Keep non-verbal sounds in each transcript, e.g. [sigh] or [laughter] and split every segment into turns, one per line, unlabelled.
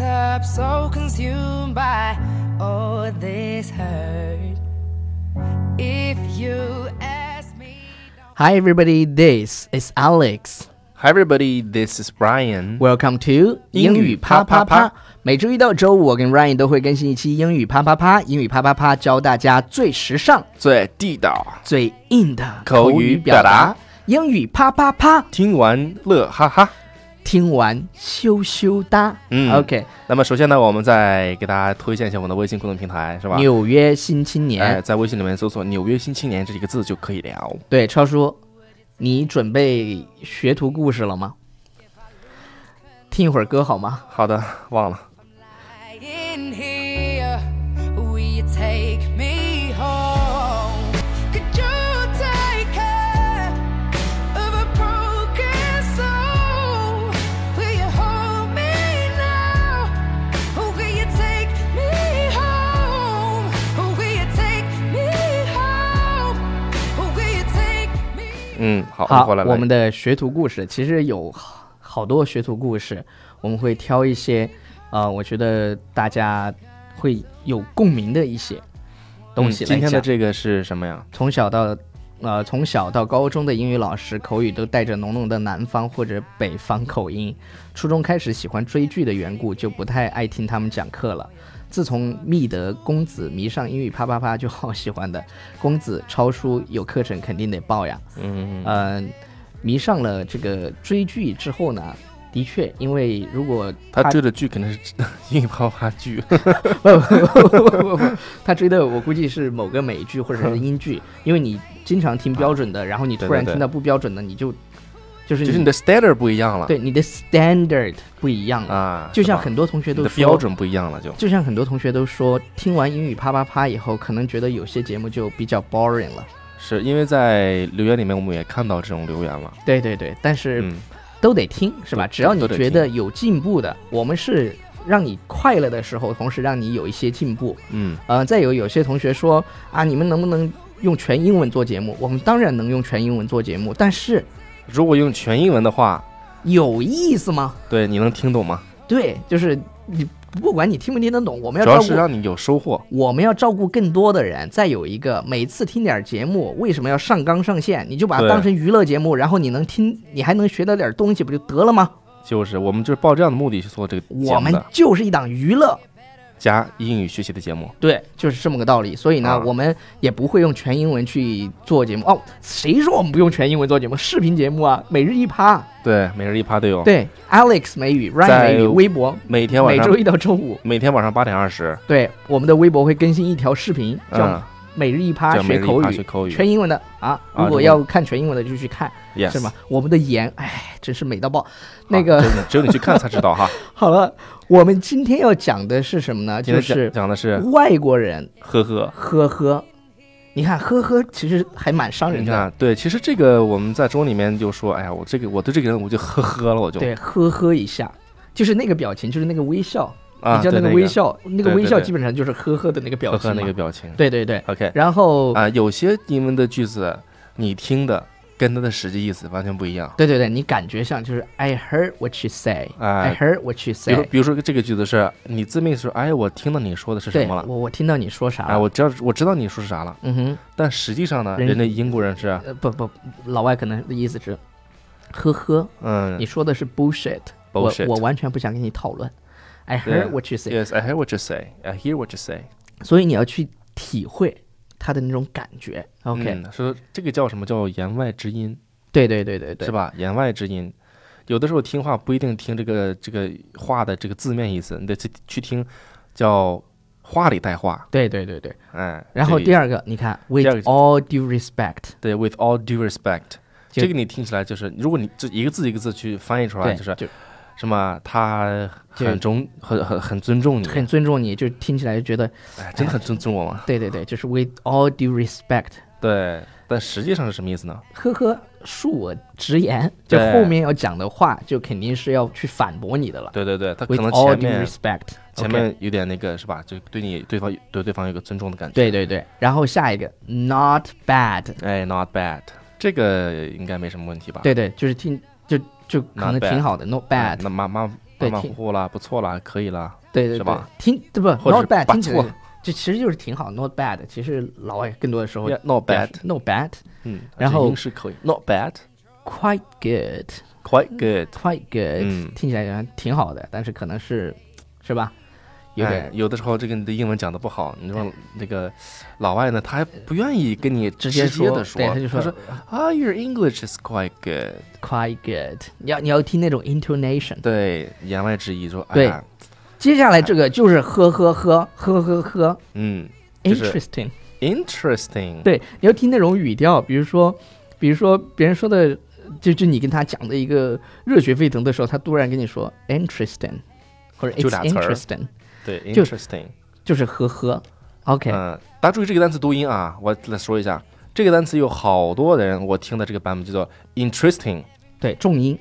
up, so consumed by all this hurt. If you ask me, don't
Hi, everybody. This is Alex.
Hi everybody, this is Brian。
Welcome to 英
英
语
语
啪啪
啪啪
啪
啪。
每周一到周五，我跟 Ryan 都会更新一期英语啪啪啪。英语啪啪啪教大家最时尚、
最地道，
最硬的
口
语
语
表
表达。
英语啪啪啪，
听完乐哈哈。
听完羞羞哒。
嗯
OK，
那么首先呢，我们再给大家推荐一下我们的微信公众平台，是吧？
纽约新青
哎，
年。
在微信里面搜索“纽约新青年”这几个字就可以了。
对，超叔，你准备学徒故事了吗？听一会儿歌好吗？
好的，忘了。
lie in here, will you take me home? Could you take care of a broken soul? Will you hold me now? Or will you take me home? Or will you take me home? Or will you take me
嗯，好，
好，
回来了。
我们的学徒故事其实有好好多学徒故事，我们会挑一些，呃，我觉得大家会有共鸣的一些东西
嗯
来
今
讲。
天的这个是什么呀？
从小到，呃，从小到高中的英语老师口语都带着浓浓的南方或者北方口音。初中开始喜欢追剧的缘故，就不太爱听他们讲课了。自从觅得公子迷上英语啪啪啪，就好喜欢的公子超叔有课程肯定得报呀。
嗯，
呃，迷上了这个追剧之后呢，的确，因为如
[laughs]
果
他追的剧肯定是 [laughs] 英语啪啪
[laughs]
剧。
不不不不不，他追的我估计是某个美剧或者是英
[laughs]
剧，因为你经常听标准的，然后你突然
对啊对对
听到不标准的，你就就是
只
你
是你的 standard 不一样了。
对你的 standard 不一样了，
啊，
就像
是吧
很多同学
你
都
的
说
标。准不一样了，就
就像很多同学都说，听完英语啪啪啪以后，可能觉得有些节目就比较 boring 了。
是因为在留言里面我们也看到这种留言了。
对对对，但是
嗯，
都得听，是吧？
对
只要你
都得
觉得有进步的，我们是让你快乐的时候，同时让你有一些进步。
嗯，
呃，再有有些同学说啊，你们能不能用全英文做节目？我们当然能用全英文做节目，但是
如果用全英文的话，
有意思吗？
对，你能听懂吗？
对，就是你不管你听不听得哎懂，我们要
主要
照
是
顾。
让你有收获。
我们要照顾更多的人。再有一个，每次听点节目，为什么要上纲上线？你就把它
对
当成娱乐节目，然后你能听，你还能学到点东西，不就得了吗？
就是我们就是抱这样的目的去做这个节
我
目
们
的，
就是一档娱乐，
加英语学习的节目。
对，就是这么个道理。所以呢，
啊
我们也不会用全英文去做节目。哦，谁说我们不用全英文做节目？视频节目啊，
哦
每日一趴。
对，每日一趴都有。，
对，Alex 美语，Ryan
在
美语，微博，
每天晚
每
上
周一到周五，
每天晚上八点二十，
对，我们的微博会更新一条视频，叫
嗯，
每日一趴
叫每
学
日一
口
趴
语
学，口语
全英文的啊。
啊
如果
如果
要看全英文的就去看，
，yes，
是吗？？我们的颜，哎，真是美到爆。
好
那个 [laughs]
只有你只有你去看才知道哈。
好了，我们今天要讲的是什么呢？
今
就
天讲
是
讲的是
外国人
呵呵。
呵呵。你看，呵呵，其实还蛮伤人
你
的。
看，嗯对，其实这个我们在中文里面就说，哎呀，我这个我对这个人我就呵呵了，我就
对，呵呵一下，就是那个表情，就是那个微笑，
啊，
你知道那
对那
个
个
微笑，那
对
个微
对
笑
对
基本上就是呵呵的那个表
呵
情
呵
嘛。
那个表情。
对对对。
OK
然后，
啊，有些英文的句子你听的跟它的实际意思完全不一样。
对对对，你感觉像就是 I heard what you say，I、
哎
heard what you
比如
say。
比如说这个句子是你字面说，哎，我听到你说的是什
对，
么了
我？我听到你说啥了？
哎，我知道我知道你说是啥了，
嗯哼，
但实际上呢，
人
人家英国人是，
呃不不，老外可能的意思是，呵呵，
嗯
你说的是 bullshit，, 我我
，bullshit。
完全不想跟你讨论。I
对
heard what you say，、
Yes, I hear what you say. I hear what you say.
所以你要去体会他的那种感觉。OK，、
嗯说这个叫什么叫言外之音，
对对对对对，
是？吧？言外之音，有的时候听话不一定听这个这个话的这个字面意思，你得去去听，叫话里带话。
对对对对。
哎，
然后
这个意思
第二个，你看，with
第二个
all due respect，
对，with all due respect，
就
这个你听起来就是，如果你这一个字一个字去翻译出来，
对，
就是
就
什么他
就
很尊很很很尊重你，
很尊重你，就听起来就觉得，
哎，真的很尊重我吗？
对对对，就是 with all due respect，
对，但实际上是什么意思呢？
呵呵，恕我直言，就
对
后面要讲的话，就肯定是要去反驳你的了。
对对对，他可
With
能
all
前
due
面
respect，
前面有点那个是吧？就对你对方对对方有个尊重的感觉。
对对对，然后下一个 not bad，
哎，not bad，这个应该没什么问题吧？
对对，就是听就就可能
啊 Not bad
挺好的，not
哎
bad，
那马马马
对
马
听
虎虎啦，不错啦，可以啦。
对对
是
对
吧？
听对不
或者
？Not
是
bad，
不
听起来
错
就其实就是挺好，Not bad。其实老外更多的时候
Yeah, not bad.
，Not bad，
嗯，
然
这
后
英式口音，not bad，quite
quite good，quite
good。
good，、
嗯
听起来挺好的，但是可能是是吧？有
哎
点
有的时候这个你的英文讲的不好，你说那个老外呢，他还不愿意跟你
直
接
接
的
说对他就
他
说
说啊，your English is quite good，
quite good，你要你要听那种 intonation。
对，言外之意说，哎
对
呀，
接下来这个就是呵呵呵呵呵呵
嗯就是
，interesting。
，interesting，
对，你要听那种语调，比如说，比如说别人说的，就就你跟他讲的一个热血沸腾的时候，他突然跟你说 interesting，或者
就
it's
俩词儿
interesting，
对
就
，interesting，
就是呵呵。OK，、
嗯，大家注意这个单词读音啊，我来说一下，这个单词有好多人我听的这个版本叫做 interesting，
对，重音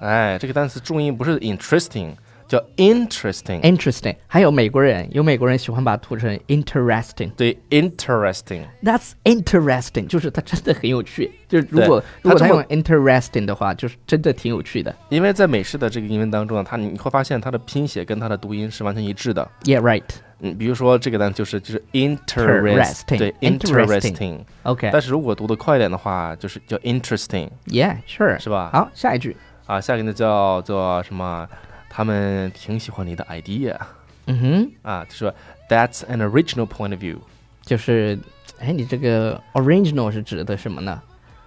哎，这个单词重音不是 interesting，叫
哎
interesting，
interesting。还有美国人，有美国人喜欢把它读成 interesting。
对，interesting，
That's interesting，就是它真的很有趣。就是如
对
果
它
如果
这
他用
么
interesting 的话，就是真的挺有趣的。
因为在美式的这个英文当中啊呢，它你会发现它的拼写跟它的读音是完全一致的。
Yeah, right.
嗯，比如说这个单词就是就是 interest，
Interesting，
对
interesting
interesting，
OK.
但是如果读得快一点的话，就是叫 interesting，
Yeah, sure.
是吧？
好，下一句。
啊，下一个呢叫做什么？他们挺喜欢你的 idea
嗯哼。
啊，就说 that's an original point of view，
就是，哎，你这个 original 是指的什么呢？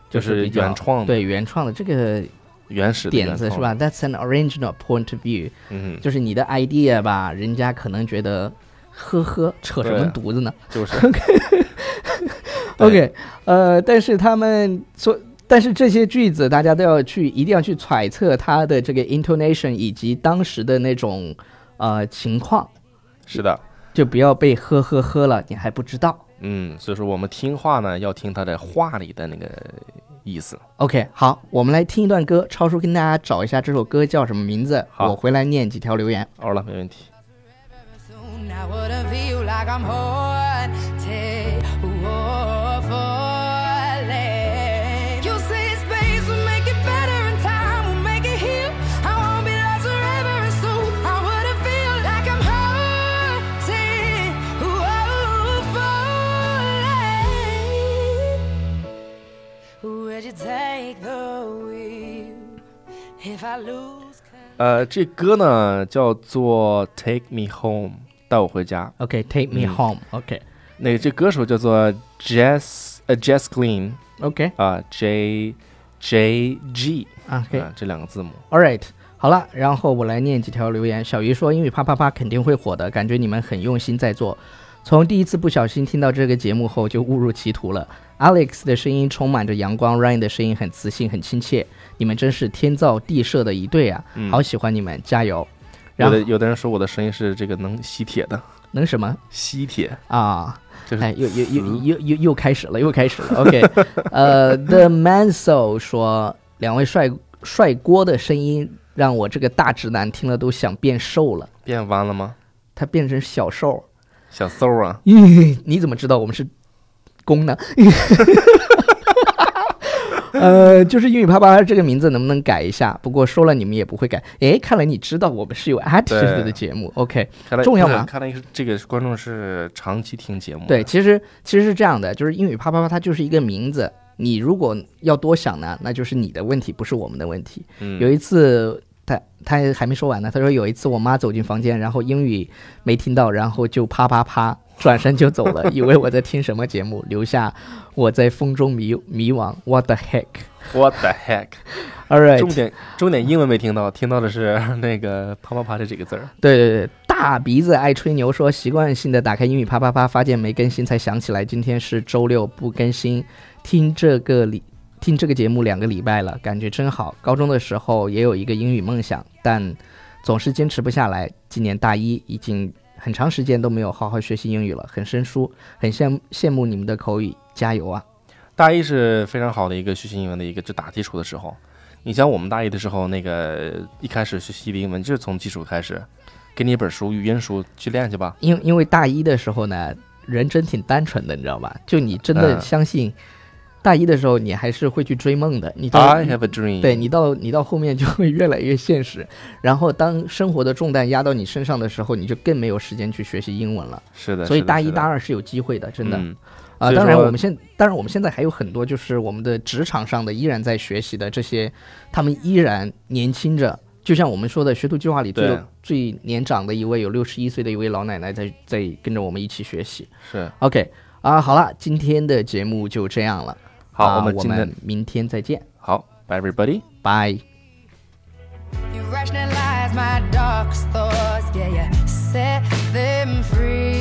就是
比较
原创的
对原创的这个
原始的
点
原
子是
创
吧？？That's an original point of view，
嗯，
就是你的 idea 吧，人家可能觉得，呵呵，扯什么
对
犊子呢
就是
[laughs]
[laughs] 对
？OK，呃，但是他们说，但是这些句子大家都要去，一定要去揣测它的这个 intonation 以及当时的那种呃情况，
是的，
就不要被呵呵呵了，你还不知道。
嗯，所以说我们听话呢，要听它的话里的那个意思。
OK，好，我们来听一段歌。超叔跟大家找一下这首歌叫什么名字，
好
我回来念几条留言。
好了，没问题。
Soon I wouldn't feel like I'm haunted or falling. You say space will make it better and time will make it heal. I won't be lost forever and soon I wouldn't feel like I'm haunted or falling. Would you take the wheel if I lose?
呃，这歌呢叫做《Take Me Home》，带我回家。
OK，Take、me
嗯
home、OK
那个这歌手叫做 Jess 呃 Jess Glynn
OK
啊、J J G
啊
啊、
，OK，All、
这两个字母。
right，好了，然后我来念几条留言。小鱼说：“英语啪啪啪肯定会火的，感觉你们很用心在做。从第一次不小心听到这个节目后，就误入歧途了。Alex 的声音充满着阳光，Ryan 的声音很磁性、很亲切，你们真是天造地设的一对啊！
嗯
好喜欢你们，加油！
有
然后
的有的人说我的声音是这个能吸铁的，
能什么
吸铁
啊？”
就是
哎，又又又又又又开始了，又开始了。OK，呃，The Manso 说，两位帅帅锅的声音让我这个大直男听了都想变瘦了，
变弯了吗？
他变成小瘦。
小瘦啊，
咦，你怎么知道我们是公呢？ [laughs] 呃，就是英语啪啪这个名字能不能改一下？不过说了你们也不会改。哎，看来你知道我们是有 attitude 的节目。OK，
看来
重要吗
看看来是这个观众是长期听节目的。
对，其实其实是这样的，就是英语啪啪啪，它就是一个名字。你如果要多想呢，那就是你的问题，不是我们的问题。
嗯，
有一次，他他还没说完呢，他说有一次我妈走进房间，然后英语没听到，然后就啪啪啪转身就走了，以为我在听什么节目，留下我在风中迷迷惘。What the heck？All
What the heck？
right，
重点重点英文没听到，听到的是那个啪啪啪这几个字儿。
对对对，大鼻子爱吹牛说习惯性的打开英语啪啪啪，发现没更新才想起来今天是周六不更新，听这个礼听这个节目两个礼拜了，感觉真好。高中的时候也有一个英语梦想，但总是坚持不下来。今年大一已经很长时间都没有好好学习英语了，很生疏，很羡羡慕你们的口语，加油啊！
大一是非常好的一个学习英文的一个就打基础的时候。你像我们大一的时候，那个一开始学习的英文就是从基础开始，给你一本书语音书去练去吧。
因因为大一的时候呢，人真挺单纯的，你知道吧？就你真的
嗯
相信，大一的时候，你还是会去追梦的，你到、
I have a dream。
对你到你到后面就会越来越现实，然后当生活的重担压到你身上的时候，你就更没有时间去学习英文了。
是的，
所以
是的
大一、
是的
大二是有机会的，真的。
嗯
啊、
所以
当然
说
我们现当然我们现在还有很多就是我们的职场上的依然在学习的这些，他们依然年轻着。就像我们说的，学徒计划里最
对
最年长的一位有六十一岁的一位老奶奶在在跟着我们一起学习。
是
OK 啊，好了，今天的节目就这样了。
好，
啊
我
我
们今天
明天再见，
好，Bye everybody。
拜。
You rationalize my darkest thoughts, yeah, you set them free.